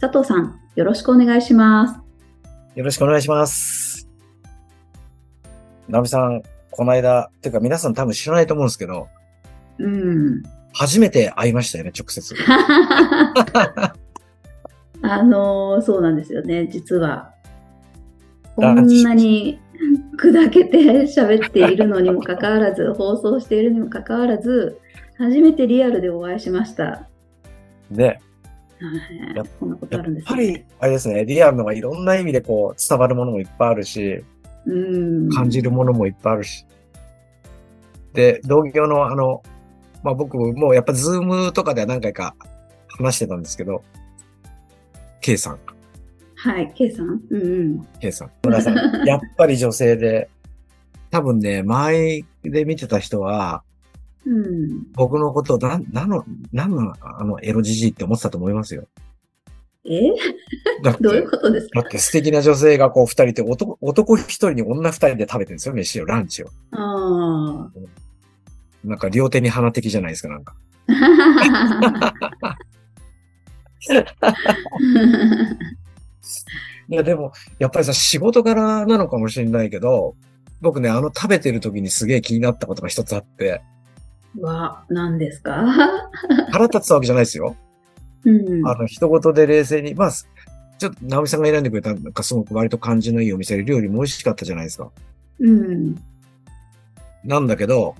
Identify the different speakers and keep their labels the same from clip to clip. Speaker 1: 佐藤さん、よろしくお願いします。
Speaker 2: よろしくお願いします。ナミさん、この間、ていうか皆さん多分知らないと思うんですけど、
Speaker 1: うん。
Speaker 2: 初めて会いましたよね、直接。
Speaker 1: あのー、そうなんですよね、実は。こんなに砕けて喋っているのにもかかわら ず、放送しているにもかかわらず、初めてリアルでお会いしました。
Speaker 2: ね。
Speaker 1: はい、こんなことあるんです、
Speaker 2: ね、やっぱり、あれですね、リアルのはいろんな意味でこう伝わるものもいっぱいあるし、
Speaker 1: うん
Speaker 2: 感じるものもいっぱいあるし。で、同業のあの、まあ、僕もやっぱズームとかでは何回か話してたんですけど、K さん。
Speaker 1: はい、K さん。うんうん。
Speaker 2: K さん。村さん。やっぱり女性で、多分ね、前で見てた人は、
Speaker 1: うん、
Speaker 2: 僕のことをな、なの、なんの、あの、エロじじいって思ってたと思いますよ。
Speaker 1: え どういうことですか
Speaker 2: だって素敵な女性がこう二人って男、男一人に女二人で食べてるんですよ、飯を、ランチを。
Speaker 1: あ
Speaker 2: あ。なんか両手に鼻的じゃないですか、なんか。いや、でも、やっぱりさ、仕事柄なのかもしれないけど、僕ね、あの食べてる時にすげえ気になったことが一つあって。
Speaker 1: は何ですか
Speaker 2: 腹立つわけじゃないですよ。
Speaker 1: うん、
Speaker 2: あの、一言で冷静に、まあ、ちょっと、直美さんが選んでくれた、なんかすごく割と感じのいいお店で料理も美味しかったじゃないですか。
Speaker 1: うん。
Speaker 2: なんだけど、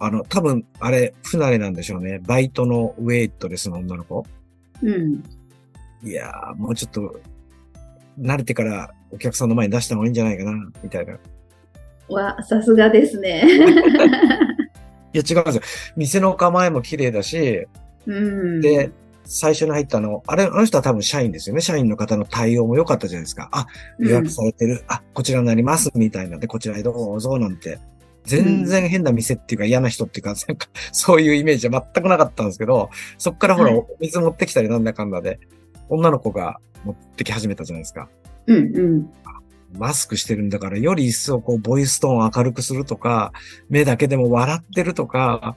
Speaker 2: あの、多分、あれ、不慣れなんでしょうね。バイトのウェイトレスの女の子。
Speaker 1: うん。
Speaker 2: いやー、もうちょっと、慣れてからお客さんの前に出した方がいいんじゃないかな、みたいな。
Speaker 1: わ、さすがですね。
Speaker 2: いや、違うんですよ。店の構えも綺麗だし、
Speaker 1: うん、
Speaker 2: で、最初に入ったの、あれ、あの人は多分社員ですよね。社員の方の対応も良かったじゃないですか。あ、予約されてる。うん、あ、こちらになります。みたいなで、こちらへどうぞ、なんて。全然変な店っていうか嫌な人っていうか、なんか、そういうイメージは全くなかったんですけど、そっからほら、お水持ってきたりなんだかんだで、女の子が持ってき始めたじゃないですか。
Speaker 1: うんうん。
Speaker 2: マスクしてるんだから、より一層こう、ボイストーンを明るくするとか、目だけでも笑ってるとか、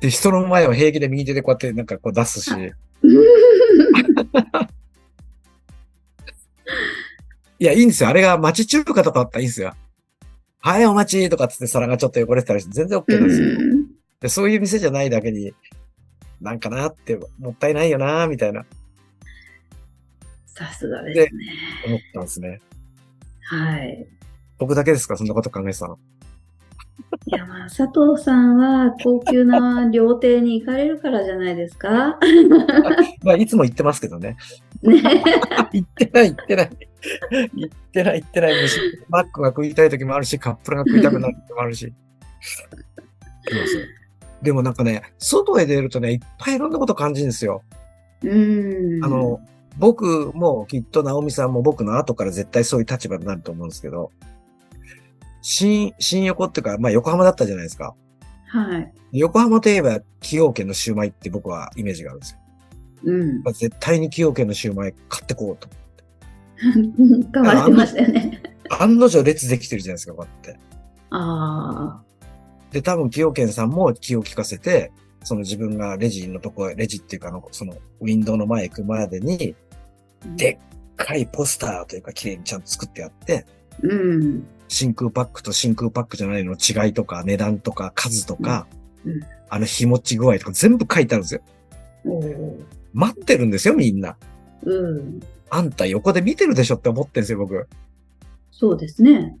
Speaker 2: で、人の前を平気で右手でこうやってなんかこう出すし。いや、いいんですよ。あれが町中華とかだったらいいんですよ。はい、お待ちとかっつって皿がちょっと汚れてたりして、全然 OK なんですよ。でそういう店じゃないだけに、なんかなって、もったいないよな、みたいな。
Speaker 1: さすがですね。
Speaker 2: 思ったんですね。
Speaker 1: はい。
Speaker 2: 僕だけですかそんなこと考えてたの。
Speaker 1: いや、まあ、佐藤さんは高級な料亭に行かれるからじゃないです か
Speaker 2: まあ、いつも行ってますけどね。
Speaker 1: ね
Speaker 2: 行ってない、行ってない。行ってない、行ってない。マックが食いたい時もあるし、カップルが食いたくなる時もあるし。でもなんかね、外へ出るとね、いっぱいいろんなこと感じるんですよ。
Speaker 1: うん。
Speaker 2: あの、僕もきっと直美さんも僕の後から絶対そういう立場になると思うんですけど、新、新横っていうか、まあ横浜だったじゃないですか。
Speaker 1: はい。
Speaker 2: 横浜といえば、崎陽軒のシューマイって僕はイメージがあるんですよ。
Speaker 1: うん。
Speaker 2: まあ、絶対に崎陽軒のシューマイ買ってこうと
Speaker 1: 思って。買われてましたよね。
Speaker 2: 案の定列できてるじゃないですか、こうやって。
Speaker 1: ああ。
Speaker 2: で、多分崎陽軒さんも気を利かせて、その自分がレジのとこレジっていうかの、そのウィンドウの前行くまでに、でっかいポスターというか綺麗にちゃんと作ってあって、
Speaker 1: うん、
Speaker 2: 真空パックと真空パックじゃないの違いとか値段とか数とか、うんうん、あの日持ち具合とか全部書いてあるんですよ。待ってるんですよ、みんな。
Speaker 1: うん。
Speaker 2: あんた横で見てるでしょって思ってるんですよ、僕。
Speaker 1: そうですね。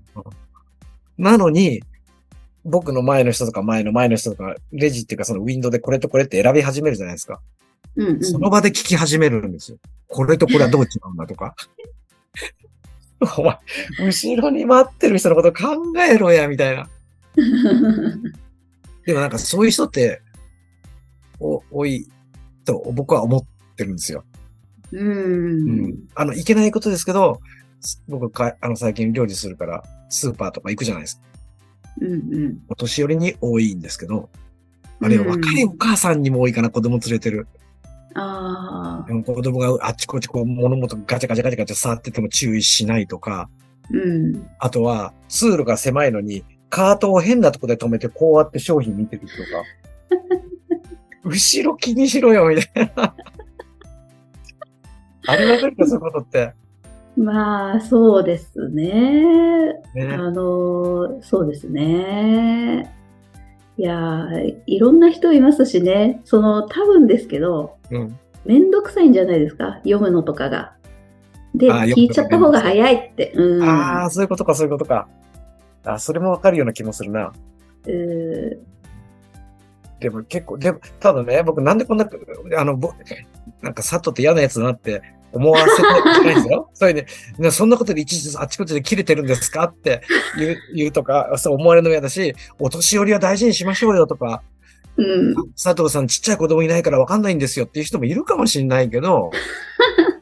Speaker 2: なのに、僕の前の人とか前の前の人とか、レジっていうかそのウィンドウでこれとこれって選び始めるじゃないですか。
Speaker 1: うんうん、
Speaker 2: その場で聞き始めるんですよ。これとこれはどう違うんだとか。 お前、後ろに待ってる人のこと考えろや、みたいな。でもなんかそういう人って、お、多いと僕は思ってるんですよ。
Speaker 1: うん。
Speaker 2: あの、いけないことですけど、僕か、あの、最近料理するから、スーパーとか行くじゃないですか。
Speaker 1: うんうん。
Speaker 2: お年寄りに多いんですけど、あれは若いお母さんにも多いかな、子供連れてる。
Speaker 1: ああ。
Speaker 2: 子供があっちこっちこう物事ガチャガチャガチャガチャ触ってても注意しないとか、
Speaker 1: うん。
Speaker 2: あとは、通路が狭いのに、カートを変なとこで止めて、こうやって商品見てるとか。 後ろ気にしろよ、みたいな。 あれわかるか、そういうことって。
Speaker 1: まあ、そうですね。ねあの、そうですね。いやいろんな人いますしね。その、多分ですけど、
Speaker 2: うん、
Speaker 1: めんどくさいんじゃないですか読むのとかが。で、聞いちゃった方が早いって。
Speaker 2: うん、ああ、そういうことか、そういうことか。あ、それもわかるような気もするな。
Speaker 1: う、え
Speaker 2: ー、でも結構、でも、ただね、僕なんでこんな、あの、ぼなんか佐藤って嫌なやつだなって思わせたくないんですよ。それで、ね、そんなことでいちいちあちこちで切れてるんですかって言う言うとか、そう思われるの嫌だし、お年寄りは大事にしましょうよとか、
Speaker 1: うん、
Speaker 2: 佐藤さんちっちゃい子供いないからわかんないんですよっていう人もいるかもしれないけど、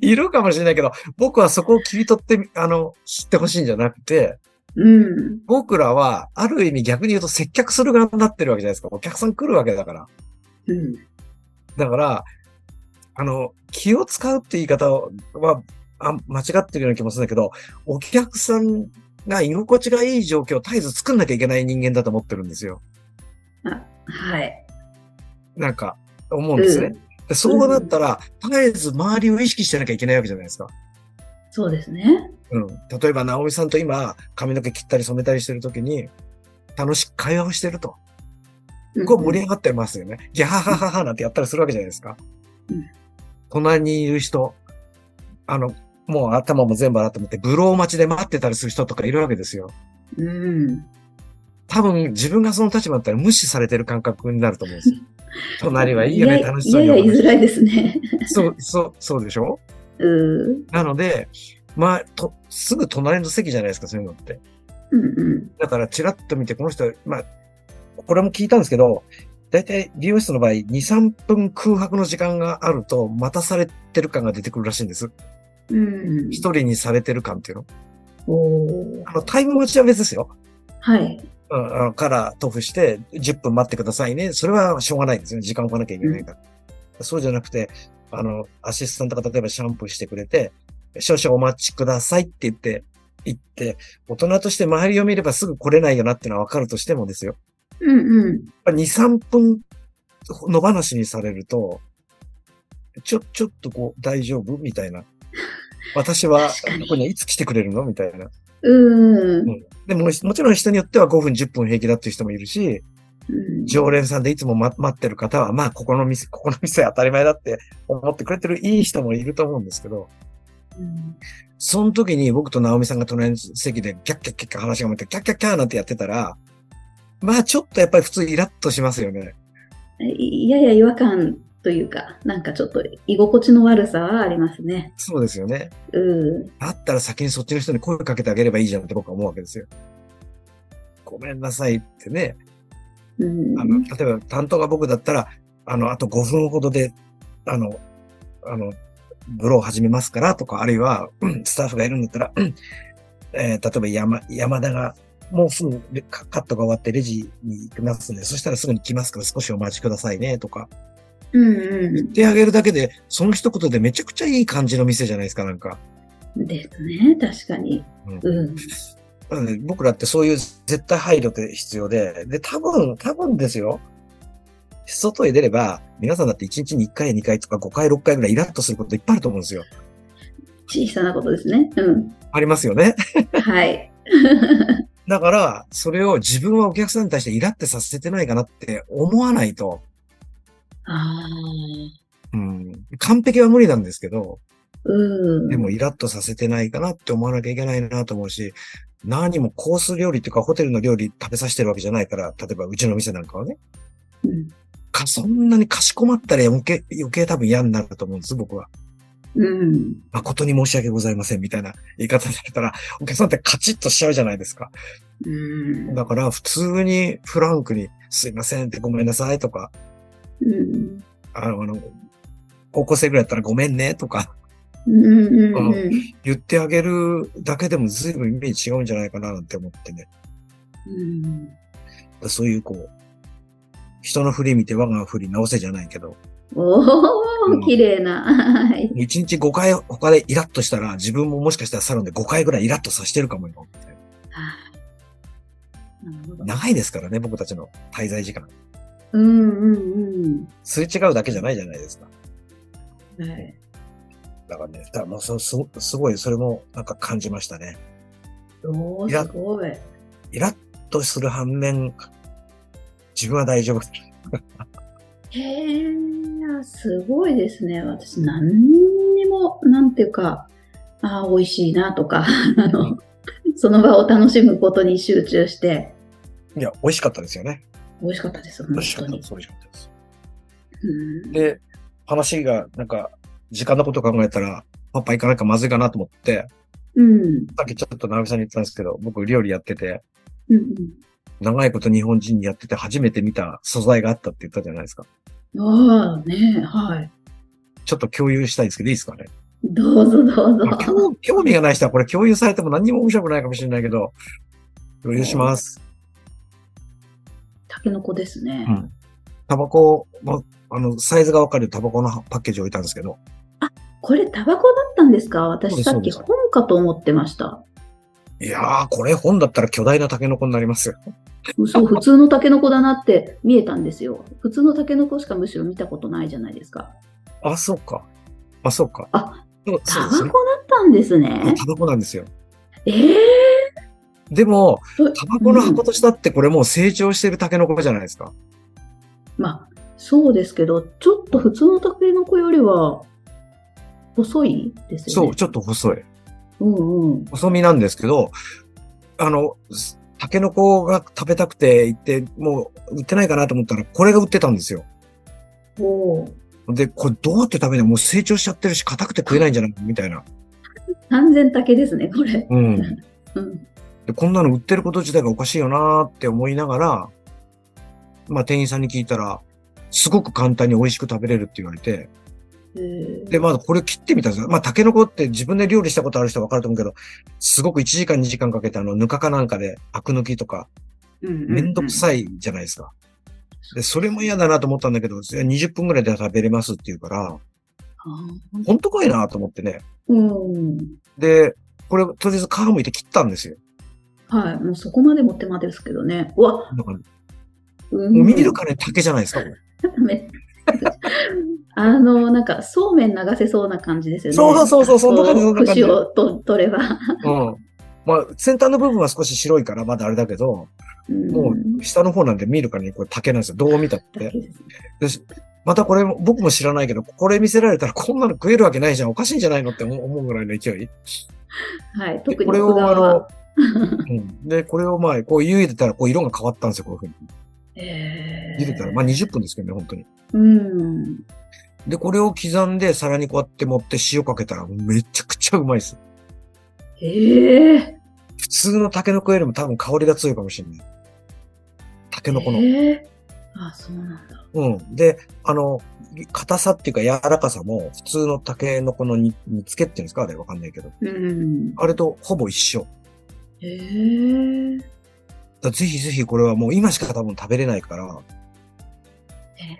Speaker 2: いるかもしれないけど、僕はそこを切り取って、あの、知ってほしいんじゃなくて、
Speaker 1: うん、
Speaker 2: 僕らは、ある意味逆に言うと接客する側になってるわけじゃないですか。お客さん来るわけだから。
Speaker 1: うん、
Speaker 2: だから、あの、気を使うって言い方は、あ間違ってるような気もするんだけど、お客さんが居心地がいい状況を絶えず作んなきゃいけない人間だと思ってるんですよ。
Speaker 1: あはい。
Speaker 2: なんか、思うんですね。うんでそうなったら、うん、絶えず周りを意識してなきゃいけないわけじゃないですか。
Speaker 1: そうですね。
Speaker 2: うん。例えば、直美さんと今、髪の毛切ったり染めたりしてるときに、楽しく会話をしてると。こう盛り上がってますよね。うんうん、ギャハハハハなんてやったりするわけじゃないですか。
Speaker 1: うん。
Speaker 2: 隣にいる人、あの、もう頭も全部洗ってもって、ブロー待ちで待ってたりする人とかいるわけですよ。
Speaker 1: うん。
Speaker 2: 多分、自分がその立場だったら無視されてる感覚になると 思うんですよ。隣はいいよね、楽しそう
Speaker 1: に。いやいや、言いづらいですね。
Speaker 2: そう、そう、そうでしょ
Speaker 1: うん。
Speaker 2: なので、まあ、と、すぐ隣の席じゃないですか、そういうのって。
Speaker 1: うんうん。
Speaker 2: だから、ちらっと見て、この人、まあ、これも聞いたんですけど、だいたい美容室の場合、2、3分空白の時間があると、待たされてる感が出てくるらしいんです。
Speaker 1: うん。
Speaker 2: 一人にされてる感っていうの。
Speaker 1: お
Speaker 2: あの、タイム待ちは別ですよ。
Speaker 1: はい。
Speaker 2: うん、あのから塗布して、10分待ってくださいね。それはしょうがないですよね。時間を置かなきゃいけないから。うん、そうじゃなくて、あの、アシスタントが例えばシャンプーしてくれて、少々お待ちくださいって言って、言って、大人として周りを見ればすぐ来れないよなっていうのはわかるとしてもですよ。
Speaker 1: うんうん。
Speaker 2: 2、3分の話にされると、ちょ、ちょっとこう、大丈夫みたいな。私は、ここにいつ来てくれるのみたいな。
Speaker 1: うん
Speaker 2: うん、でも、もちろん人によっては5分、10分平気だっていう人もいるし、
Speaker 1: うん、
Speaker 2: 常連さんでいつも、ま、待ってる方は、まあ、ここの店、ここの店当たり前だって思ってくれてるいい人もいると思うんですけど、
Speaker 1: うん、
Speaker 2: その時に僕と直美さんが隣の席でキャッキャッキャッキャ話が持って、キャッキャッキャーなんてやってたら、まあ、ちょっとやっぱり普通イラッとしますよね。
Speaker 1: いやや違和感というか、なんかちょっと居心地の悪さはありますね。
Speaker 2: そうですよね。
Speaker 1: うん。
Speaker 2: だったら先にそっちの人に声かけてあげればいいじゃんって僕は思うわけですよ。ごめんなさいってね。
Speaker 1: うん、
Speaker 2: あの例えば担当が僕だったら、あの、あと5分ほどで、あの、あの、ブロー始めますからとか、あるいは、うん、スタッフがいるんだったら、うん、えー、例えば山、山田が、もうすぐカットが終わってレジに行きますので、そしたらすぐに来ますから少しお待ちくださいねとか。
Speaker 1: うんうん、言
Speaker 2: ってあげるだけで、その一言でめちゃくちゃいい感じの店じゃないですか、なんか。
Speaker 1: ですね、確かに。うん。
Speaker 2: うん、僕らってそういう絶対配慮って必要で、で、多分、多分ですよ。外へ出れば、皆さんだって1日に1回や2回とか5回6回ぐらいイラッとすることいっぱいあると思うんですよ。
Speaker 1: 小さなことですね。うん。
Speaker 2: ありますよね。
Speaker 1: はい。
Speaker 2: だから、それを自分はお客さんに対してイラってさせてないかなって思わないと、
Speaker 1: あ
Speaker 2: うん、完璧は無理なんですけど、
Speaker 1: うん、
Speaker 2: でもイラッとさせてないかなって思わなきゃいけないなと思うし、何もコース料理っていうかホテルの料理食べさせてるわけじゃないから、例えばうちの店なんかはね。
Speaker 1: うん、
Speaker 2: かそんなにかしこまったら余計余計多分嫌になると思うんです、僕は。
Speaker 1: うん、
Speaker 2: 誠に申し訳ございませんみたいな言い方されたら、お客さんってカチッとしちゃうじゃないですか。
Speaker 1: うん、
Speaker 2: だから普通にフランクにすいませんってごめんなさいとか、
Speaker 1: うん、
Speaker 2: あの、高校生ぐらいだったらごめんねとか
Speaker 1: うんうんうんうん。
Speaker 2: 言ってあげるだけでも随分イメージ違うんじゃないかななんて思ってね。
Speaker 1: うん
Speaker 2: そういうこう、人の振り見て我が振り直せじゃないけど、
Speaker 1: お
Speaker 2: う
Speaker 1: お、
Speaker 2: ん
Speaker 1: 綺麗な。はい。
Speaker 2: 1日5回他でイラッとしたら自分ももしかしたらサロンで5回ぐらいイラッとさしてるかもよ。
Speaker 1: なるほど。
Speaker 2: 長いですからね、僕たちの滞在時間。
Speaker 1: うんうん
Speaker 2: すれ違うだけじゃないじゃないですか。
Speaker 1: うん。はい。
Speaker 2: だからね、だからもうそすすごいそれもなんか感じましたね。
Speaker 1: おお、
Speaker 2: いや
Speaker 1: すごい。
Speaker 2: イラッとする反面、自分は大丈夫。
Speaker 1: へえ、すごいですね。私、何にも、なんていうか、ああ、美味しいなとか、 あの、その場を楽しむことに集中して、
Speaker 2: いや、美味しかったですよね。
Speaker 1: 美味しかったです、本
Speaker 2: 美味しか
Speaker 1: 当
Speaker 2: った
Speaker 1: に
Speaker 2: で。す。美味しかったです。
Speaker 1: うん
Speaker 2: で、話が、なんか、時間のこと考えたら、パパ行かなきゃまずいかなと思って、
Speaker 1: うん。
Speaker 2: さっきちょっと直美さんに言ったんですけど、僕料理やってて、
Speaker 1: うん
Speaker 2: 長いこと日本人にやってて初めて見た素材があったって言ったじゃないですか。
Speaker 1: うん。ああ、ねえ、はい。
Speaker 2: ちょっと共有したいんですけど、いいですかね。
Speaker 1: どうぞどうぞ。
Speaker 2: まあ興興味がない人はこれ共有されても何にも面白くないかもしれないけど、共有します。
Speaker 1: タケノコですね。
Speaker 2: うんタバコの、あの、サイズがわかるタバコのパッケージ置いたんですけど、
Speaker 1: これタバコだったんですか
Speaker 2: そうで
Speaker 1: 私
Speaker 2: す
Speaker 1: さっき
Speaker 2: そう
Speaker 1: 本かと思ってました。
Speaker 2: いやー、これ本だったら巨大なタケノコになりますよ。
Speaker 1: 嘘、普通のタケノコだなって見えたんですよ。普通のタケノコしかむしろ見たことないじゃないですか。
Speaker 2: あ、そうか。あ、そうか。
Speaker 1: あ、
Speaker 2: そう
Speaker 1: タ
Speaker 2: そ
Speaker 1: バ
Speaker 2: う
Speaker 1: コ
Speaker 2: です
Speaker 1: だ
Speaker 2: ね
Speaker 1: ったんですね。
Speaker 2: タバコなんですよ。
Speaker 1: ええ
Speaker 2: でも
Speaker 1: そう、
Speaker 2: タバコの箱としたってこれもう成長してるタケノコじゃないですか。
Speaker 1: まあ、そうですけど、ちょっと普通のタケノコよりは、細いですよ
Speaker 2: そ
Speaker 1: ね。
Speaker 2: う、ちょっと細い。
Speaker 1: う。うんうん。
Speaker 2: 細身なんですけど、あの、すタケノコが食べたくて行って、もう売ってないかなと思ったら、これが売ってたんですよ。
Speaker 1: おー
Speaker 2: で、これどうやって食べないもう成長しちゃってるし、硬くて食えないんじゃないみたいな。
Speaker 1: 完全タケですね、これ。
Speaker 2: うん。
Speaker 1: うん。
Speaker 2: で、こんなの売ってること自体がおかしいよなーって思いながら、まあ店員さんに聞いたら、すごく簡単に美味しく食べれるって言われて、
Speaker 1: えー
Speaker 2: で、まあこれ切ってみたんですよ。まあタケノコって自分で料理したことある人はわかると思うけど、すごく1時間2時間かけてあの、ぬかかなんかでアク抜きとか、めんどく
Speaker 1: い。
Speaker 2: さいじゃないですか。で、それも嫌だなと思ったんだけど、いや20分ぐらいで食べれますって言うから、
Speaker 1: あー
Speaker 2: ほんとかいなと思ってね。
Speaker 1: うん。
Speaker 2: で、これ、とりあえず皮むいて切ったんですよ。
Speaker 1: はい。もうそこまで持ってまでですけどね。うわ、
Speaker 2: なんかも
Speaker 1: う
Speaker 2: うん見るからに竹じゃないですか、これ。
Speaker 1: めあの、なんか、そうめん流せそうな感じですよね。
Speaker 2: そうそうそうそうそんな感じ
Speaker 1: こう
Speaker 2: そんな感じ
Speaker 1: 節をと取れば。
Speaker 2: うん。まあ、先端の部分は少し白いから、まだあれだけど、
Speaker 1: うん
Speaker 2: もう、下の方なんで見るからにこれ竹なんですよ。どう見たっ
Speaker 1: だ
Speaker 2: て。
Speaker 1: けですね
Speaker 2: でしまたこれも、僕も知らないけど、これ見せられたらこんなの食えるわけないじゃん。おかしいんじゃないのって思う思うぐらいの勢い。
Speaker 1: はい。
Speaker 2: で
Speaker 1: 特に
Speaker 2: これ
Speaker 1: 奥
Speaker 2: を、
Speaker 1: 側
Speaker 2: あの
Speaker 1: は。、
Speaker 2: うんで、これをまあ、こう茹でたら、こう色が変わったんですよ、こういうふうに。
Speaker 1: えー
Speaker 2: 茹でたら、まあ20分ですけどね、本当に。
Speaker 1: うん。
Speaker 2: で、これを刻んで、皿にこうやって持って塩かけたら、めちゃくちゃうまいです。
Speaker 1: ええ
Speaker 2: 普通のタケノコよりも多分香りが強いかもしれない。タケノコの。
Speaker 1: えーあ、そうなんだ。
Speaker 2: うん。で、あの、硬さっていうか柔らかさも、普通のタケノコの煮煮付けっていうんですかあれわかんないけど。
Speaker 1: うん。
Speaker 2: あれとほぼ一緒。
Speaker 1: ええー。
Speaker 2: だからぜひぜひこれはもう今しか多分食べれないから、行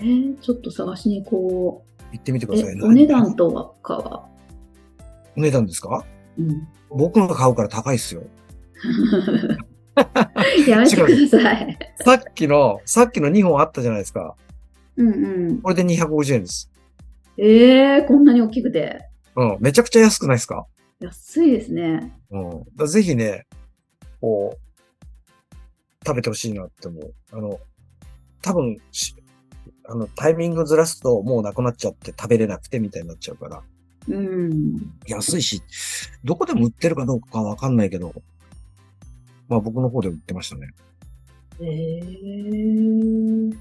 Speaker 1: えー、ちょっと探しに行こう。
Speaker 2: ってみてください。
Speaker 1: え、お値段とはかは。
Speaker 2: お値段ですか
Speaker 1: うん。
Speaker 2: 僕が買うから高いっすよ。
Speaker 1: やめてください。
Speaker 2: さっきの、さっきの2本あったじゃないですか。
Speaker 1: うんうん。
Speaker 2: これで250円です。
Speaker 1: ええこんなに大きくて。
Speaker 2: うん。めちゃくちゃ安くないですか
Speaker 1: 安いですね。
Speaker 2: うん。だからぜひね、こう、食べてほしいなって思う。あの、多分し、あの、タイミングずらすともうなくなっちゃって食べれなくてみたいになっちゃうから。
Speaker 1: うん。
Speaker 2: 安いし、どこでも売ってるかどうかはわかんないけど、まあ僕の方で売ってましたね。
Speaker 1: えー、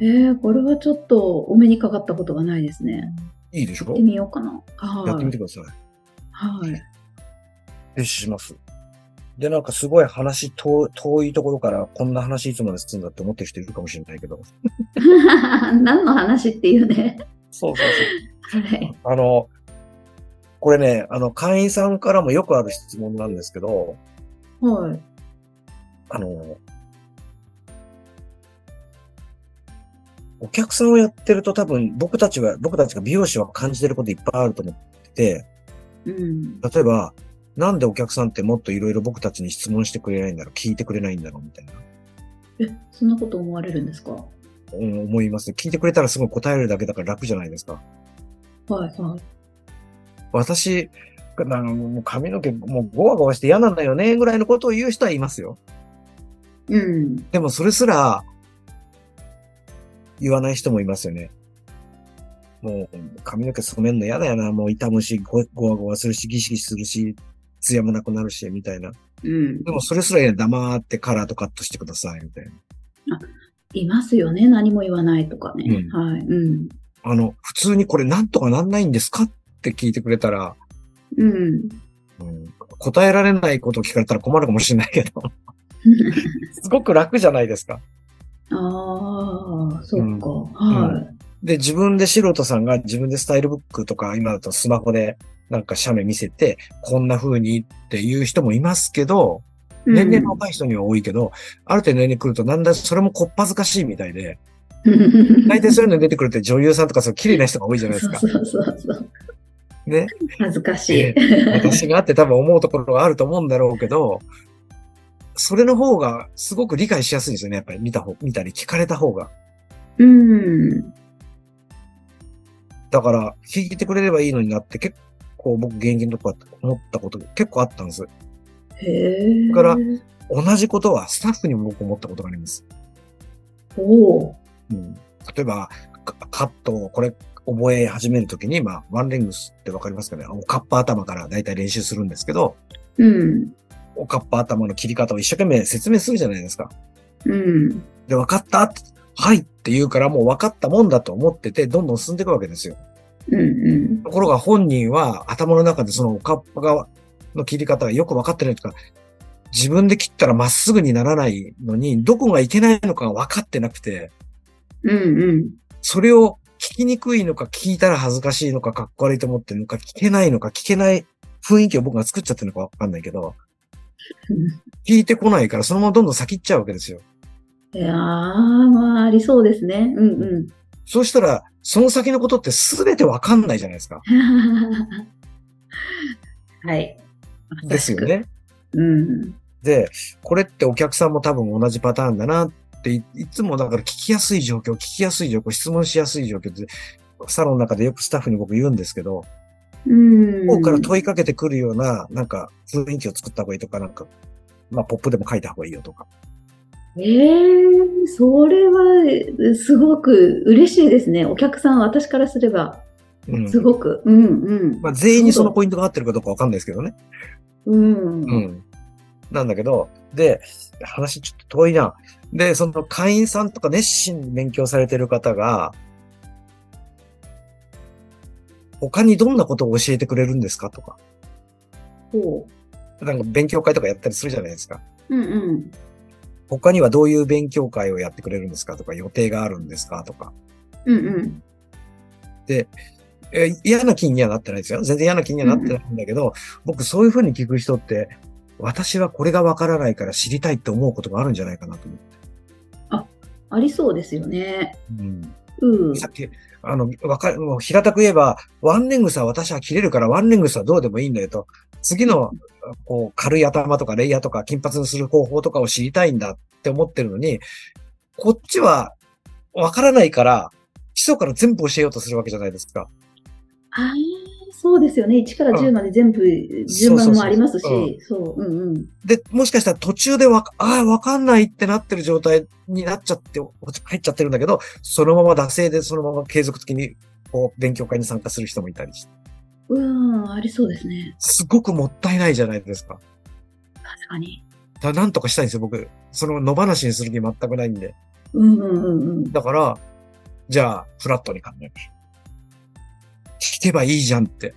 Speaker 1: えー、これはちょっとお目にかかったことがないですね。
Speaker 2: いいでし
Speaker 1: や
Speaker 2: ょ
Speaker 1: ってみようかな。
Speaker 2: やって
Speaker 1: は
Speaker 2: み
Speaker 1: い。
Speaker 2: てください。
Speaker 1: はい。
Speaker 2: で、します。で、なんかすごい話遠、遠いところからこんな話いつまでするんだって思ってる人いるかもしれないけど、
Speaker 1: 何の話っていうね。
Speaker 2: そうそうそう。
Speaker 1: はい。
Speaker 2: あの、これね、あの、会員さんからもよくある質問なんですけど、
Speaker 1: はい。
Speaker 2: あの、お客さんをやってると多分僕たちは、僕たちが美容師は感じてることいっぱいあると思ってて、
Speaker 1: うん。
Speaker 2: 例えば、なんでお客さんってもっといろいろ僕たちに質問してくれないんだろう、聞いてくれないんだろう、みたいな、
Speaker 1: え、そんなこと思われるんですかは
Speaker 2: うん、思います。聞いてくれたらすごい答えるだけだから楽じゃないですか。
Speaker 1: い、はい。
Speaker 2: 私、あの、もう髪の毛、もうゴワゴワして嫌なんだよね、ぐらいのことを言う人はいますよ。
Speaker 1: うん。
Speaker 2: でもそれすら言わない人もいますよね。もう髪の毛染めるの嫌だよな。もう痛むし、ごごわごわするし、ギシギシするし、艶もなくなるし、みたいな。
Speaker 1: うん
Speaker 2: で。もそれすらいや黙ってカラーとカットしてください、みたいな。
Speaker 1: いますよね。何も言わないとかね。
Speaker 2: う
Speaker 1: はい。うん。
Speaker 2: あの、普通にこれなんとかなんないんですかって聞いてくれたら、
Speaker 1: うん。
Speaker 2: うん、答えられないことを聞かれたら困るかもしれないけど、 すごく楽じゃないですか。
Speaker 1: ああ、そうか。
Speaker 2: うん
Speaker 1: は
Speaker 2: で、自分で素人さんが自分でスタイルブックとか、今だとスマホでなんか写メ見せて、こんな風にっていう人もいますけど、
Speaker 1: い。
Speaker 2: 年齢の 若い人には多いけど、ある程度年齢に来るとなんだそれもこっぱずかしいみたいで、
Speaker 1: うん
Speaker 2: 大体そういうのに出てくるって女優さんとかそう綺麗な人が多いじゃないですか
Speaker 1: そ。うそうそうそう。
Speaker 2: ね。
Speaker 1: 恥ずかしい。
Speaker 2: ええ私があって多分思うところがあると思うんだろうけど、それの方がすごく理解しやすいんですよね。やっぱり見た方、見たり聞かれた方が。
Speaker 1: うん。
Speaker 2: だから、聞いてくれればいいのになって、結構僕、現役のとこは思ったこと結構あったんです。
Speaker 1: へえ。
Speaker 2: だから同じことはスタッフにも僕思ったことがあります。
Speaker 1: おお。
Speaker 2: うん、例えば、カカットをこれ覚え始めるときに、まあ、ワンレングスってわかりますかねおかっぱ頭からだいたい練習するんですけど、
Speaker 1: うん。
Speaker 2: おかっぱ頭の切り方を一生懸命説明するじゃないですか。
Speaker 1: うん。
Speaker 2: で、分かったはいって言うからもう分かったもんだと思ってて、どんどん進んでいくわけですよ。
Speaker 1: うん。うん。
Speaker 2: ところが本人は頭の中でそのおかっぱがの切り方がよく分かってないとか、自分で切ったらまっすぐにならないのに、どこがいけないのかが分かってなくて、
Speaker 1: うん。うん。
Speaker 2: それを聞きにくいのか、聞いたら恥ずかしいのか、かっこ悪いと思ってるのか、聞けないのか、聞けない雰囲気を僕が作っちゃってるのかわかんないけど、聞いてこないから、そのままどんどん先行っちゃうわけですよ。
Speaker 1: いやー、まあ、ありそうですね。うん う
Speaker 2: そうしたら、その先のことって全てわかんないじゃないですか。
Speaker 1: ん。はい。
Speaker 2: ですよね。
Speaker 1: うん。
Speaker 2: で、これってお客さんも多分同じパターンだなってい、いつもだから聞きやすい状況、聞きやすい状況、質問しやすい状況って、サロンの中でよくスタッフに僕言うんですけど、
Speaker 1: うん。
Speaker 2: 方から問いかけてくるような、なんか雰囲気を作った方がいいとか、なんか、まあ、ポップでも書いた方がいいよとか。
Speaker 1: ええそれはすごく嬉しいですね。お客さん、私からすれば、
Speaker 2: うん
Speaker 1: すごく。うんうん。
Speaker 2: まあ、全員にそのポイントが合ってるかどうかわかんないですけどね。
Speaker 1: うん。
Speaker 2: う
Speaker 1: うん。
Speaker 2: ん。なんだけど、で、話ちょっと遠いな。で、その会員さんとか熱心に勉強されてる方が、他にどんなことを教えてくれるんですかとか、
Speaker 1: ほ
Speaker 2: なんか勉強会とかやったりするじゃないですか。
Speaker 1: う。うんうん。
Speaker 2: 他にはどういう勉強会をやってくれるんですかとか、予定があるんですかとか。
Speaker 1: うんうん。
Speaker 2: えー嫌な気にはなってないですよ。全然嫌な気にはなってないんだけど、僕そういうふうに聞く人って、私はこれがわからないから知りたいって思うことがあるんじゃないかなと思って。
Speaker 1: ありそうですよね。
Speaker 2: うん
Speaker 1: うん。
Speaker 2: さっき、あの、わかる、もう平たく言えば、ワンレングスは私は切れるからワンレングスはどうでもいいんだよと、次の、こう、軽い頭とかレイヤーとか金髪にする方法とかを知りたいんだって思ってるのに、こっちはわからないから、基礎から全部教えようとするわけじゃないですか。
Speaker 1: ああ、そうですよね。1から10まで全部順番もありますし、そう、うんうん。
Speaker 2: で、もしかしたら途中でわか、ああ、わかんないってなってる状態になっちゃって、入っちゃってるんだけど、そのまま惰性でそのまま継続的に、こう、勉強会に参加する人もいたりして、
Speaker 1: うん、ありそうですね。
Speaker 2: すごくもったいないじゃないですか。
Speaker 1: 確かに。
Speaker 2: だからなんとかしたいんですよ、僕。その野放しにする気全くないんで。
Speaker 1: うんうんうんうん。
Speaker 2: だから、じゃあ、フラットに考える。聞けばいいじゃんって。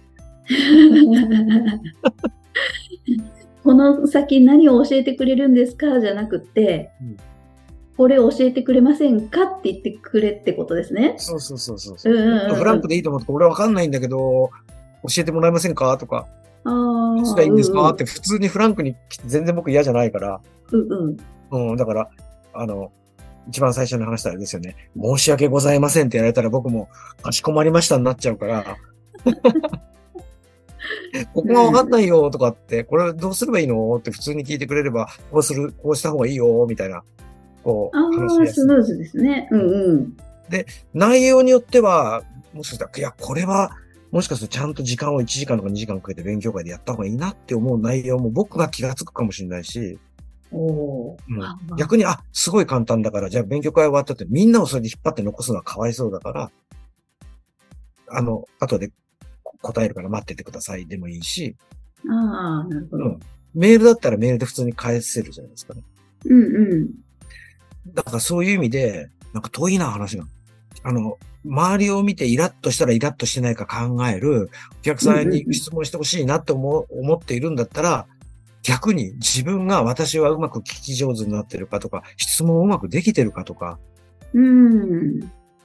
Speaker 1: この先何を教えてくれるんですかじゃなくって、
Speaker 2: うん
Speaker 1: これ教えてくれませんかって言ってくれってことですね。
Speaker 2: そうそうそうそう
Speaker 1: う
Speaker 2: そ
Speaker 1: ん
Speaker 2: う。
Speaker 1: うんうん、
Speaker 2: フランクでいいと思うとか、俺わかんないんだけど、教えてもらえませんかとか、
Speaker 1: あー
Speaker 2: どうしたらいいんですかっ
Speaker 1: う
Speaker 2: て普通にフランクに来て全然僕嫌じゃないから、
Speaker 1: んうん。うん
Speaker 2: うん、だから、あの、一番最初の話したあれですよね。申し訳ございませんってやられたら僕も、かしこまりましたになっちゃうから。 ここがわかんないよとかって、これどうすればいいのって普通に聞いてくれれば、こうする、こうした方がいいよみたいな、こう、
Speaker 1: あ
Speaker 2: 話し
Speaker 1: あ、
Speaker 2: やす
Speaker 1: ス
Speaker 2: い
Speaker 1: ムーズですね。うんうん。
Speaker 2: 内容によっては、もしかしたら、いや、これは、もしかするとちゃんと時間を1時間とか2時間かけて勉強会でやった方がいいなって思う内容も僕が気がつくかもしれないし、
Speaker 1: おー
Speaker 2: うん
Speaker 1: あ
Speaker 2: 逆に、あ、すごい簡単だから、じゃあ勉強会終わったってみんなをそれで引っ張って残すのはかわいそうだから、あの、後で答えるから待っててくださいでもいいし、
Speaker 1: あー、なるほど。
Speaker 2: うんメールだったらメールで普通に返せるじゃないですかね。
Speaker 1: うんうん。
Speaker 2: だからそういう意味で、なんか遠いな話が。あの、周りを見てイラッとしたらイラッとしてないか考える、お客さんに質問してほしいなって思う思っているんだったら、逆に自分が私はうまく聞き上手になってるかとか、質問をうまくできてるかとか、
Speaker 1: うん。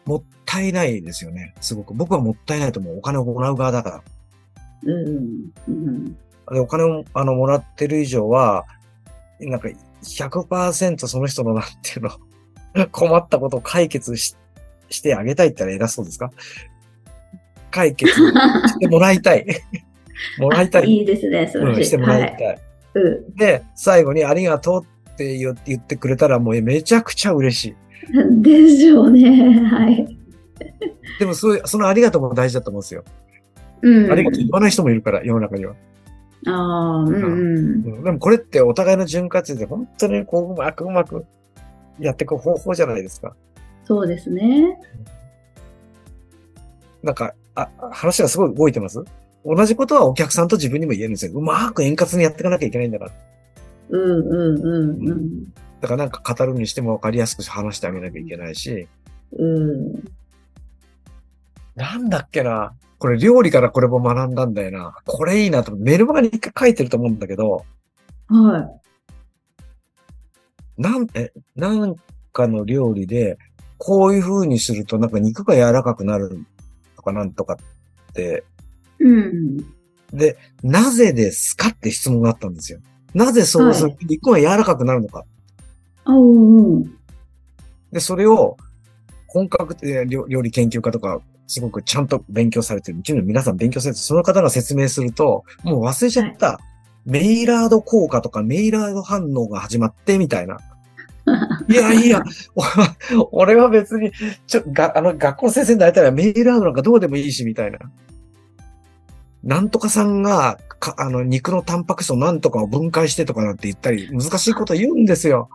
Speaker 2: もったいないですよね。すごく。僕はもったいないと思う。お金をもらう側だか
Speaker 1: うん。うん。
Speaker 2: ら。でお金をあのもらってる以上は、なんか100%その人のなんていうの、 困ったことを解決ししてあげたいって言ったら偉そうですか解決してもら いたい。もらいたい。
Speaker 1: いいですね、素晴
Speaker 2: う
Speaker 1: らしい。
Speaker 2: ん、してもらいたい。
Speaker 1: はい。うん
Speaker 2: で、最後にありがとうって言言ってくれたらもうめちゃくちゃ嬉しい。
Speaker 1: でしょうね。はい。
Speaker 2: でもそういう、そのありがとうも大事だと思うんですよ。
Speaker 1: うん。
Speaker 2: ありがとう言わない人もいるから、世の中には。
Speaker 1: ああ、うんうん。
Speaker 2: うんでもこれってお互いの潤滑油で本当にこううまくうまくやっていく方法じゃないですか。
Speaker 1: そうですね。
Speaker 2: なんか、あ、話がすごい動いてます同じことはお客さんと自分にも言えるんですよ。うまく円滑にやっていかなきゃいけないんだから。
Speaker 1: うんうんうんう。
Speaker 2: うんだからなんか語るにしても分かりやすく話してあげなきゃいけないし。
Speaker 1: うん。
Speaker 2: なんだっけな。これ料理からこれも学んだんだよな。これいいなと。メルマガに一回書いてると思うんだけど、
Speaker 1: は
Speaker 2: なん、え、なんかの料理で、こういう風にするとなんか肉が柔らかくなるとかなんとかって
Speaker 1: い。うん。
Speaker 2: で、なぜですかって質問があったんですよ。なぜそうする
Speaker 1: は
Speaker 2: と肉が柔らかくなるのか。
Speaker 1: あうんうん。
Speaker 2: で、それを本格的な料料理研究家とか、すごくちゃんと勉強されてる。うちの皆さん勉強されてる。その方が説明すると、もう忘れちゃった。メイラード効果とかメイラード反応が始まってみたいな。いやいや、 お俺は別に、ちょ、が、あの、学校の先生になりたいらメイラードなんかどうでもいいし、みたいな。なんとかさんが、か、あの、肉のタンパク質をなんとかを分解してとかなんて言ったり、難しいこと言うんですよ。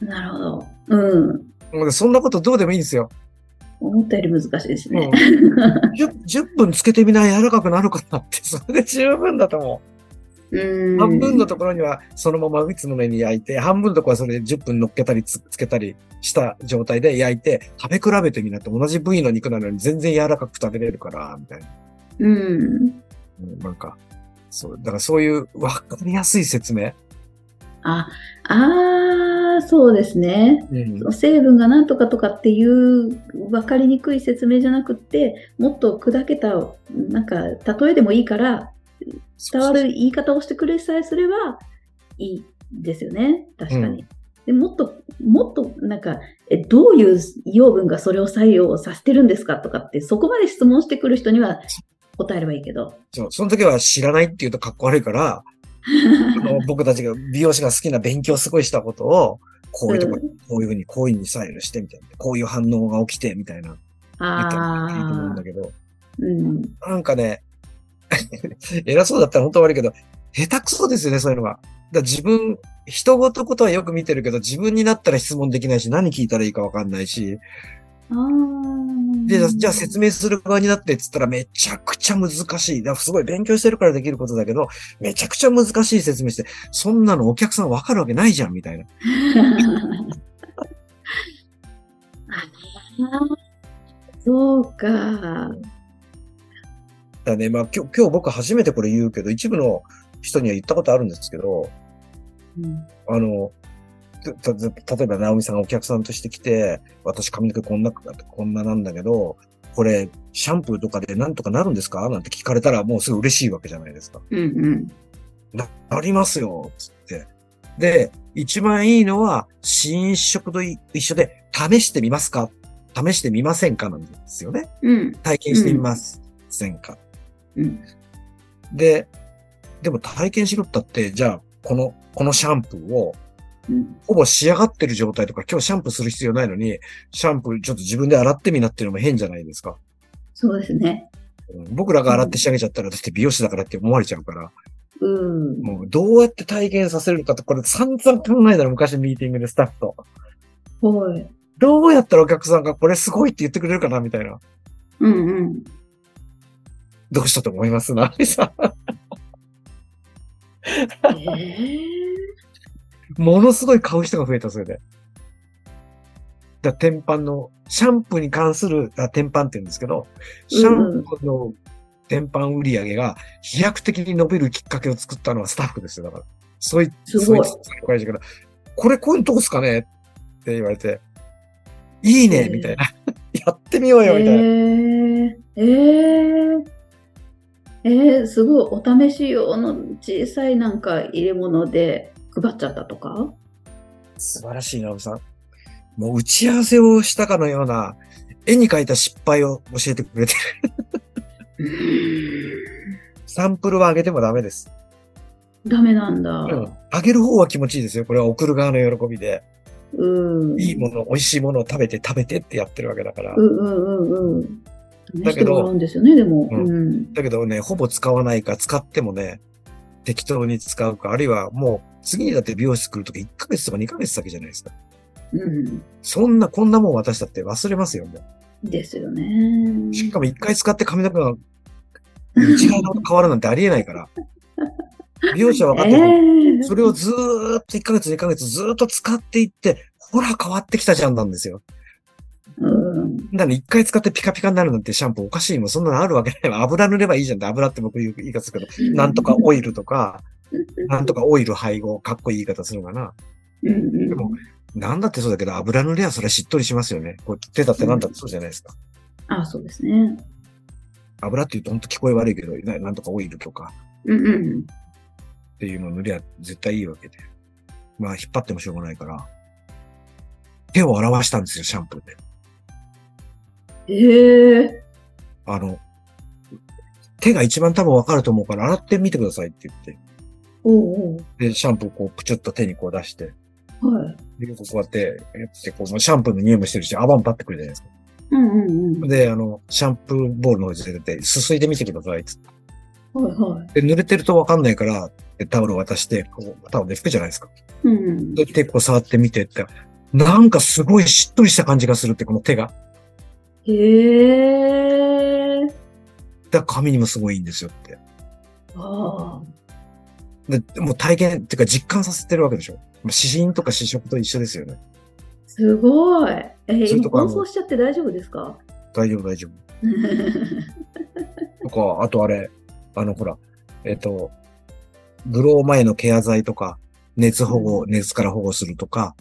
Speaker 1: なるほど。うん。
Speaker 2: もうそんなことどうでもいいんですよ。
Speaker 1: 思ったより難しいです
Speaker 2: うん
Speaker 1: ね。
Speaker 2: 10, 10分つけてみな柔らかくなるかなって、それで十分だと思
Speaker 1: う
Speaker 2: う。
Speaker 1: ん。
Speaker 2: 半分のところにはそのままいつものように焼いて、半分のところはそれで10分乗っけたりつつけたりした状態で焼いて、食べ比べてみなって同じ部位の肉なのに全然柔らかく食べれるから、みたいな。
Speaker 1: うん。
Speaker 2: うんなんか、そう、だからそういうわかりやすい説明。
Speaker 1: あ、ああ、そうですね。
Speaker 2: うん
Speaker 1: 成分がなんとかとかっていう分かりにくい説明じゃなくってもっと砕けたなんか例えでもいいから伝わる言い方をしてくれさえすればいいですよね確かに、でもっともっとなんかえどういう養分がそれを作用させてるんですかとかってそこまで質問してくる人には答えればいいけど
Speaker 2: そうその時は知らないって言うとかっこ 悪い から、あの僕たちが美容師が好きな勉強すごいしたことを、こういうところに、こういうふうに、こういうふうに左右してみたいな、こういう反応が起きてみたいな、言ったらいいと思うん
Speaker 1: ああ
Speaker 2: だけど、
Speaker 1: うん
Speaker 2: なんかね、 偉そうだったら本当悪いけど、下手くそですよね、そういうのは。だから自分、人ごとことはよく見てるけど、自分になったら質問できないし、何聞いたらいいかわかんないし、
Speaker 1: あー
Speaker 2: で、じゃあじゃあ説明する側になってっつったらめちゃくちゃ難しい。だからすごい勉強してるからできることだけど、めちゃくちゃ難しい説明して、そんなのお客さんわかるわけないじゃん、みたいな。
Speaker 1: あーそうか。
Speaker 2: だね、まあ今日、今日僕初めてこれ言うけど、一部の人には言ったことあるんですけど、
Speaker 1: うん
Speaker 2: あの、たた例えば、直美さんがお客さんとして来て、私髪の毛こんな、こんななんだけど、これ、シャンプーとかでなんとかなるんですかなんて聞かれたら、もうすぐ嬉しいわけじゃないですか。
Speaker 1: うんうん。
Speaker 2: な、なりますよ、つって。で、一番いいのは、新色とい一緒で、試してみますか試してみませんかなんですよね。
Speaker 1: うん。
Speaker 2: 体験してみます、せんか。
Speaker 1: うん。
Speaker 2: で、でも体験しろったって、じゃあ、この、このシャンプーを、
Speaker 1: うん。
Speaker 2: ほぼ仕上がってる状態とか、今日シャンプーする必要ないのに、シャンプーちょっと自分で洗ってみなっていうのも変じゃないですか。
Speaker 1: そうですね。
Speaker 2: うん僕らが洗って仕上げちゃったら、だって美容師だからって思われちゃうから、
Speaker 1: うん。
Speaker 2: もうどうやって体験させるのかって、これ散々考えたの昔のミーティングでスタッフと。
Speaker 1: はい。
Speaker 2: どうやったらお客さんがこれすごいって言ってくれるかなみたいな。
Speaker 1: うんうん。
Speaker 2: どうしたと思いますなみさん。
Speaker 1: え
Speaker 2: ものすごい買う人が増えた、それで。だ天板の、シャンプーに関する、あ、天板って言うんですけど、シャンプーの天板売り上げが飛躍的に伸びるきっかけを作ったのはスタッフですよ、だから。そい
Speaker 1: すごい
Speaker 2: そつ、これから、これこういうのどうすかねって言われて、いい
Speaker 1: え
Speaker 2: ね
Speaker 1: ー
Speaker 2: みたいな。 やってみよう
Speaker 1: え
Speaker 2: よみたいな。
Speaker 1: ー、えー、えー、すごいお試し用の小さいなんか入れ物で配っちゃったとか
Speaker 2: 素晴らしいな、おさん。もう打ち合わせをしたかのような、絵に描いた失敗を教えてくれてる。サンプルは上げてもダメです。
Speaker 1: ダメなんだ。
Speaker 2: あげる方は気持ちいいですよ。これは送る側の喜びで、
Speaker 1: うん。
Speaker 2: いいもの、美味しいものを食べて食べてってやってるわけだから
Speaker 1: う。んうんうんうん。試
Speaker 2: だ
Speaker 1: して
Speaker 2: けど
Speaker 1: もらうんですよね、でも。
Speaker 2: う
Speaker 1: うんん。
Speaker 2: だけどね、ほぼ使わないか、使ってもね、適当に使うか、あるいはもう、次にだって美容室来るとき1ヶ月とか2ヶ月先じゃないですか。
Speaker 1: うん。
Speaker 2: そんな、こんなもん私だって忘れますよ、も
Speaker 1: ですよ
Speaker 2: う
Speaker 1: ね。
Speaker 2: しかも1回使って髪の毛が、違うのと変わるなんてありえないから。美容師は分かってるけど
Speaker 1: えー
Speaker 2: それをずーっと1ヶ月、2ヶ月ずーっと使っていって、ほら変わってきたじゃんなんですよ。
Speaker 1: うん。
Speaker 2: なのに一回使ってピカピカになるなんてシャンプーおかしいもん、そんなのあるわけないわ。油塗ればいいじゃんって、油って僕言う言い方するけど、なんとかオイルとか、なんとかオイル配合、かっこいい言い方するのかな。
Speaker 1: うんうん。
Speaker 2: でもなんだってそうだけど、油塗れはそれはしっとりしますよね。こう手だってなんだってそうじゃないですか。
Speaker 1: あ、そうですね。
Speaker 2: 油って言うと本当聞こえ悪いけど、ななんとかオイルとか
Speaker 1: うんうん。
Speaker 2: っていうのを塗れば絶対いいわけで。まあ、引っ張ってもしょうがないから。手を洗わしたんですよ、シャンプーで。
Speaker 1: ええ
Speaker 2: あの、手が一番多分わかると思うから、洗ってみてくださいって言って。
Speaker 1: おう
Speaker 2: で、シャンプーこう、プチュッと手にこう出して、
Speaker 1: おう。はい。
Speaker 2: で、こうやって、やって、こう、もうシャンプーの匂いもしてるし、アバンパってくるじゃないですか。
Speaker 1: うんうんうん。
Speaker 2: で、あの、シャンプーボールの方に出て、すすいでみてくださいっつっ
Speaker 1: はいはい。
Speaker 2: て。で、濡れてるとわかんないから、でタオルを渡して、こう、タオルで拭くじゃないですか。
Speaker 1: うんうん。
Speaker 2: で、手こう触ってみてって、なんかすごいしっとりした感じがするって、この手が。
Speaker 1: へえ。
Speaker 2: だから髪にもすごいいいんですよって。
Speaker 1: ああ。
Speaker 2: で、もう体験、っていうか実感させてるわけでしょ。まあ指針とか試食と一緒ですよね。
Speaker 1: すごい。えー、
Speaker 2: そういうと
Speaker 1: 今
Speaker 2: こあ
Speaker 1: 放
Speaker 2: の
Speaker 1: 送しちゃって大丈夫ですか
Speaker 2: 大丈夫、大丈夫。とか、あとあれ、あの、ほら、えっ、と、ブロー前のケア剤とか、熱保護、熱から保護するとか、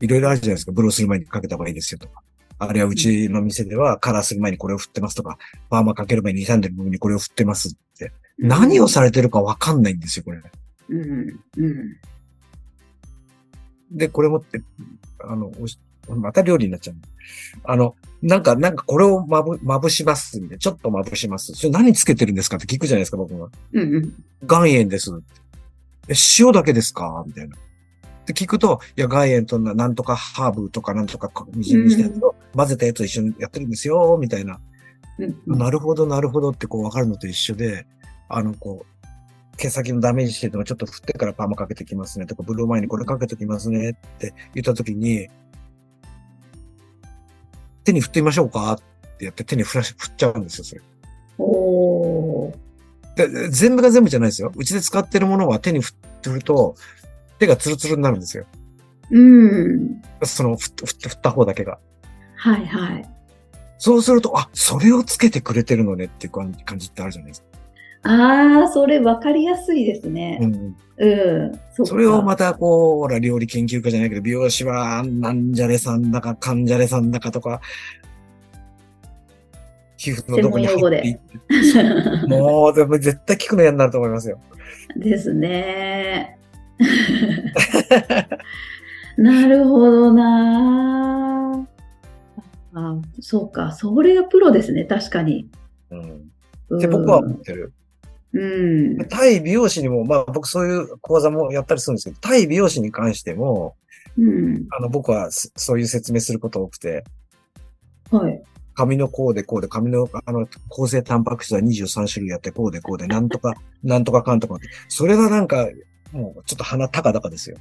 Speaker 2: いろいろあるじゃないですか。ブローする前にかけた方がいいですよとか。あるいはうちの店ではカラーする前にこれを振ってますとか、パーマかける前に傷んでる部分にこれを振ってますって。何をされてるかわかんないんですよ、これ。
Speaker 1: うんうん。
Speaker 2: で、これ持って、あの、おしまた料理になっちゃう。あの、なんか、なんかこれをまぶ、まぶしますんで、ちょっとまぶします。それ何つけてるんですかって聞くじゃないですか、僕が。
Speaker 1: うんうん。
Speaker 2: 岩塩です。え、塩だけですかみたいな。で、聞くと、いや、岩塩とななんとかハーブとかなんとかみじんにしたやつを混ぜたやつを一緒にやってるんですよ、みたいな。
Speaker 1: うん
Speaker 2: なるほど、なるほどってこう分かるのと一緒で、あの、こう、毛先のダメージしてるのをちょっと振ってからパーマかけてきますねとか、ブルー前にこれかけてきますねって言ったときに、手に振ってみましょうかってやって手に振らし、振っちゃうんですよ、それ。
Speaker 1: おー
Speaker 2: でで全部が全部じゃないですよ。うちで使ってるものは手に振ってると、手がツルツルになるんですよ。
Speaker 1: うん。
Speaker 2: その振っ振って振った方だけが。
Speaker 1: はいはい。
Speaker 2: そうすると、あ、それをつけてくれてるのねっていう感じ感じってあるじゃないですか。
Speaker 1: ああ、それ分かりやすいですね。
Speaker 2: うん。
Speaker 1: うん。そっか
Speaker 2: それをまた、こう、ほら、料理研究家じゃないけど、美容師は、なんじゃれさんだか、患者れさんだかとか、皮膚のどこに入っていって もう、でも絶対聞くの嫌になると思いますよ。
Speaker 1: ですね。なるほどなあ。そうか、それがプロですね、確かに。
Speaker 2: うん。
Speaker 1: うん
Speaker 2: って僕は思ってる。
Speaker 1: うん。
Speaker 2: 対美容師にも、まあ僕そういう講座もやったりするんですけど、対美容師に関しても、
Speaker 1: うん。
Speaker 2: あの僕はそそういう説明すること多くて、
Speaker 1: はい。
Speaker 2: 髪のこうでこうで、髪のあの構成タンパク質は23種類やって、こうでこうで、なんとか、 なんとかかんとかって。それがなんか、もうちょっと鼻高々です よ。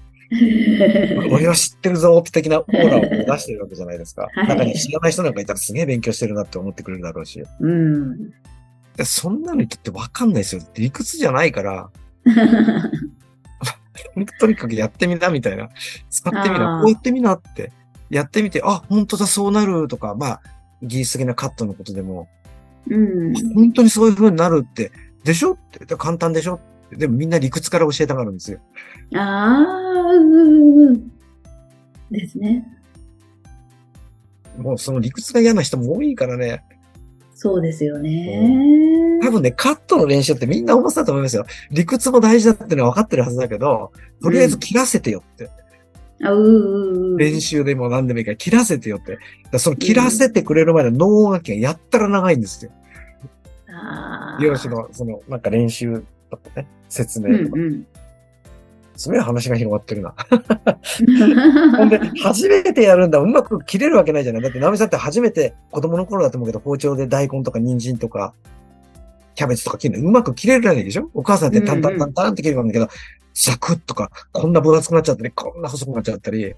Speaker 2: 俺は知ってるぞ、的なオーラをこう出してるわけじゃないですか。
Speaker 1: はい
Speaker 2: 中に知らない人なんかいたらすげえ勉強してるなって思ってくれるだろうし。
Speaker 1: うん。
Speaker 2: でそんなの言ってわかんないですよ。理屈じゃないから、とにかくやってみな、みたいな。使ってみ
Speaker 1: あ
Speaker 2: な
Speaker 1: ー、
Speaker 2: こうやってみなって。やってみて、あ、本当だ、そうなるとか、まあ、技術的なカットのことでも、
Speaker 1: うん。
Speaker 2: 本当にそういう風になるって、でしょって、で簡単でしょって。でもみんな理屈から教えたがるんですよ。
Speaker 1: ああ、うんうんうん。ですね。
Speaker 2: もうその理屈が嫌な人も多いからね。
Speaker 1: そうですよね。
Speaker 2: 多分ね、カットの練習ってみんな思ってたと思いますよ。理屈も大事だってのは分かってるはずだけど、とりあえず切らせてよって。
Speaker 1: あ、うんうんうん。
Speaker 2: 練習でも何でもいいから切らせてよって。だからその切らせてくれるまでの脳音楽がやったら長いんですよ。
Speaker 1: あー
Speaker 2: 美容師の、その、なんか練習とかね、説
Speaker 1: うん
Speaker 2: 明とか。
Speaker 1: うん。
Speaker 2: すごい話が広が ってるな。ほんで、初めてやるんだ。うまく切れるわけないじゃない。だって、ナミさんって初めて子供の頃だと思うけど、包丁で大根とか人参とか、キャベツとか切るの。うまく切れるわけでしょお母さんってタンタンタンタンって切ればいいんだけど、サクッとか、こんな分厚くなっちゃったり、こんな細くなっちゃったり、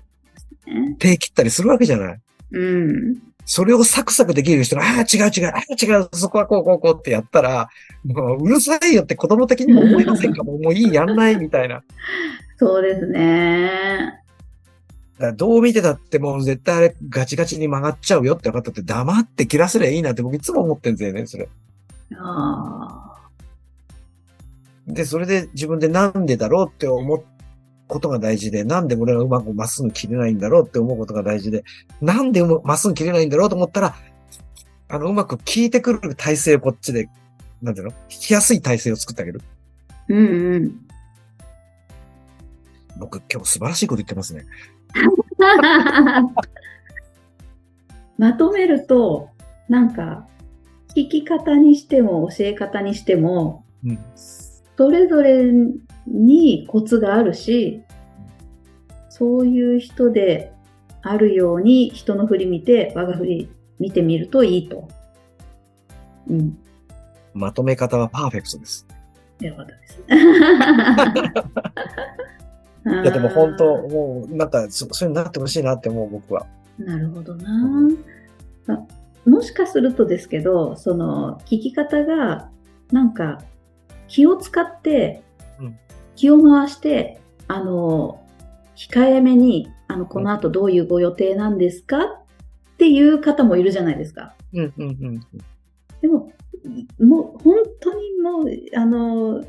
Speaker 2: 手切ったりするわけじゃない。
Speaker 1: うん。
Speaker 2: それをサクサクできる人が、ああ、違う違う、ああ、違う、そこはこうこうこうってやったら、もううるさいよって子供的にも思いませんかもうもういい、やんないみたいな。だか
Speaker 1: そうですね。
Speaker 2: らどう見てたってもう絶対あれガチガチに曲がっちゃうよって分かったって黙って切らせりゃいいなって僕いつも思ってんですよね、それ。
Speaker 1: あ
Speaker 2: で、それで自分でなんでだろうって思うことが大事で、なんで俺はうまくまっすぐ切れないんだろうって思うことが大事で、なんでうままっすぐ切れないんだろうと思ったら、あの、うまく聞いてくる体勢をこっちで、なんていうの聞きやすい体勢を作ってあげる。
Speaker 1: あ。うんうん。
Speaker 2: 僕今日素晴らしいこと言ってますね。
Speaker 1: まとめると、なんか、聞き方にしても教え方にしても、
Speaker 2: うん。
Speaker 1: それぞれにコツがあるし、そういう人であるように人の振り見て、我が振り見てみるといいと。うん。
Speaker 2: まとめ方はパーフェクトです。
Speaker 1: なるほどです。い
Speaker 2: いやでも本当、もうなんかそ、そういうのになってほしいなって思う僕は。
Speaker 1: なるほどな、あもしかするとですけどその聞き方がなんか気を使って、
Speaker 2: うん
Speaker 1: 気を回してあの控えめにあのこの後どういうご予定なんですかっていう方もいるじゃないですか。
Speaker 2: うんうんうん。
Speaker 1: でも、もう本当にもう、あの、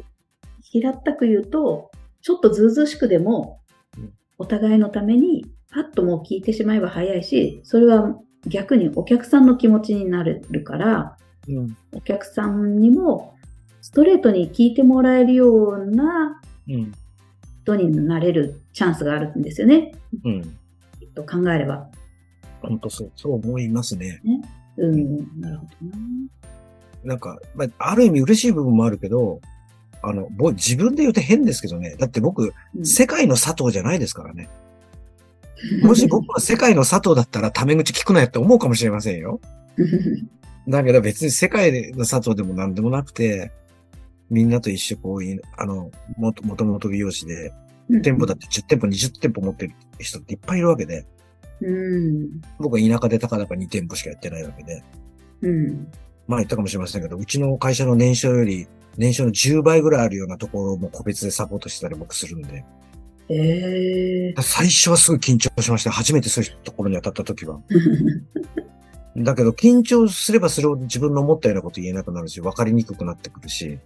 Speaker 1: 平ったく言うと、ちょっとずうずうしくでも
Speaker 2: うん、
Speaker 1: お互いのために、パッともう聞いてしまえば早いし、それは逆にお客さんの気持ちになれるから、
Speaker 2: うん
Speaker 1: お客さんにもストレートに聞いてもらえるような
Speaker 2: うん
Speaker 1: 人になれるチャンスがあるんですよね、
Speaker 2: うん。
Speaker 1: きっと考えれば。
Speaker 2: 本当そう、そう思いますね。
Speaker 1: うん、なるほどな。
Speaker 2: なんか、まあ、ある意味嬉しい部分もあるけど、あの、僕自分で言うと変ですけどね。だって僕、
Speaker 1: うん
Speaker 2: 世界の佐藤じゃないですからね。もし僕が世界の佐藤だったら、タメ口聞くなよって思うかもしれませんよ。だけど別に世界の佐藤でも何でもなくて、みんなと一緒こういう、あの、もともともと美容師で、店舗だって10店舗、20店舗持ってる人っていっぱいいるわけで、
Speaker 1: うん、
Speaker 2: 僕は田舎でたかだか2店舗しかやってないわけで、
Speaker 1: うん。
Speaker 2: 前言ったかもしれませんけど、うちの会社の年商より、年商の10倍ぐらいあるようなところも個別でサポートしてたり僕するんで、
Speaker 1: ええ
Speaker 2: 最初はすぐ緊張しました。初めてそういうところに当たった時は。だけど緊張すればするほど自分の思ったようなこと言えなくなるし、分かりにくくなってくるし、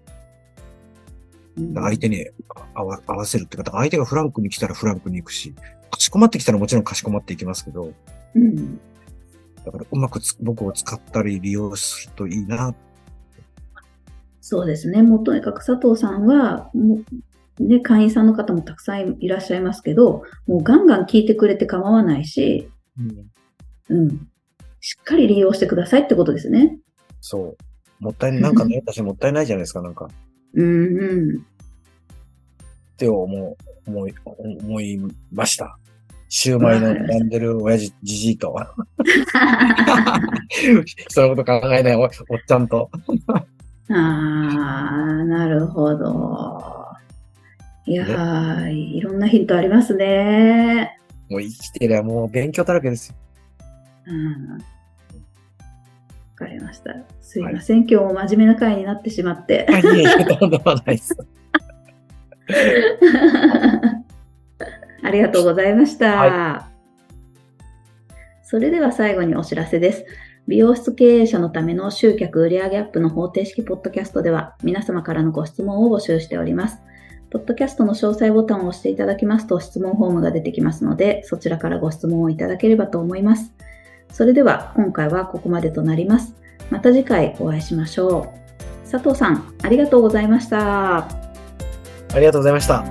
Speaker 1: うん
Speaker 2: 相手に合わ合わせるって方、相手がフランクに来たらフランクに行くし、かしこまってきたらもちろんかしこまっていきますけど、
Speaker 1: うん。
Speaker 2: だからうまくつ僕を使ったり利用するといいな。
Speaker 1: そうですね。もうとにかく佐藤さんは、もうね、会員さんの方もたくさんいらっしゃいますけど、もうガンガン聞いてくれて構わないし、うん。しっかり利用してくださいってことですね。
Speaker 2: そう。もったいない、なんかね、私もったいないじゃないですか、なんか。
Speaker 1: うんうん。
Speaker 2: って思う、思い、思いました。シューマイの並んでる親父、じじいと。 そういうこと考えないおおっちゃんと。
Speaker 1: ああ、なるほど。いやー、いろんなヒントありますね。
Speaker 2: もう生きてりゃもう勉強だらけですよ。
Speaker 1: うん。わかりました。すいません、今日も真面目な回になってしまって。
Speaker 2: いえいえ、とんでもないです。
Speaker 1: ありがとうございました。
Speaker 2: は
Speaker 1: それでは最後にお知らせです。美容室経営者のための集客売上アップの方程式ポッドキャストでは皆様からのご質問を募集しております。ポッドキャストの詳細ボタンを押していただきますと質問フォームが出てきますのでそちらからご質問をいただければと思います。それでは今回はここまでとなります。また次回お会いしましょう。佐藤さん、ありがとうございました。
Speaker 2: ありがとうございました。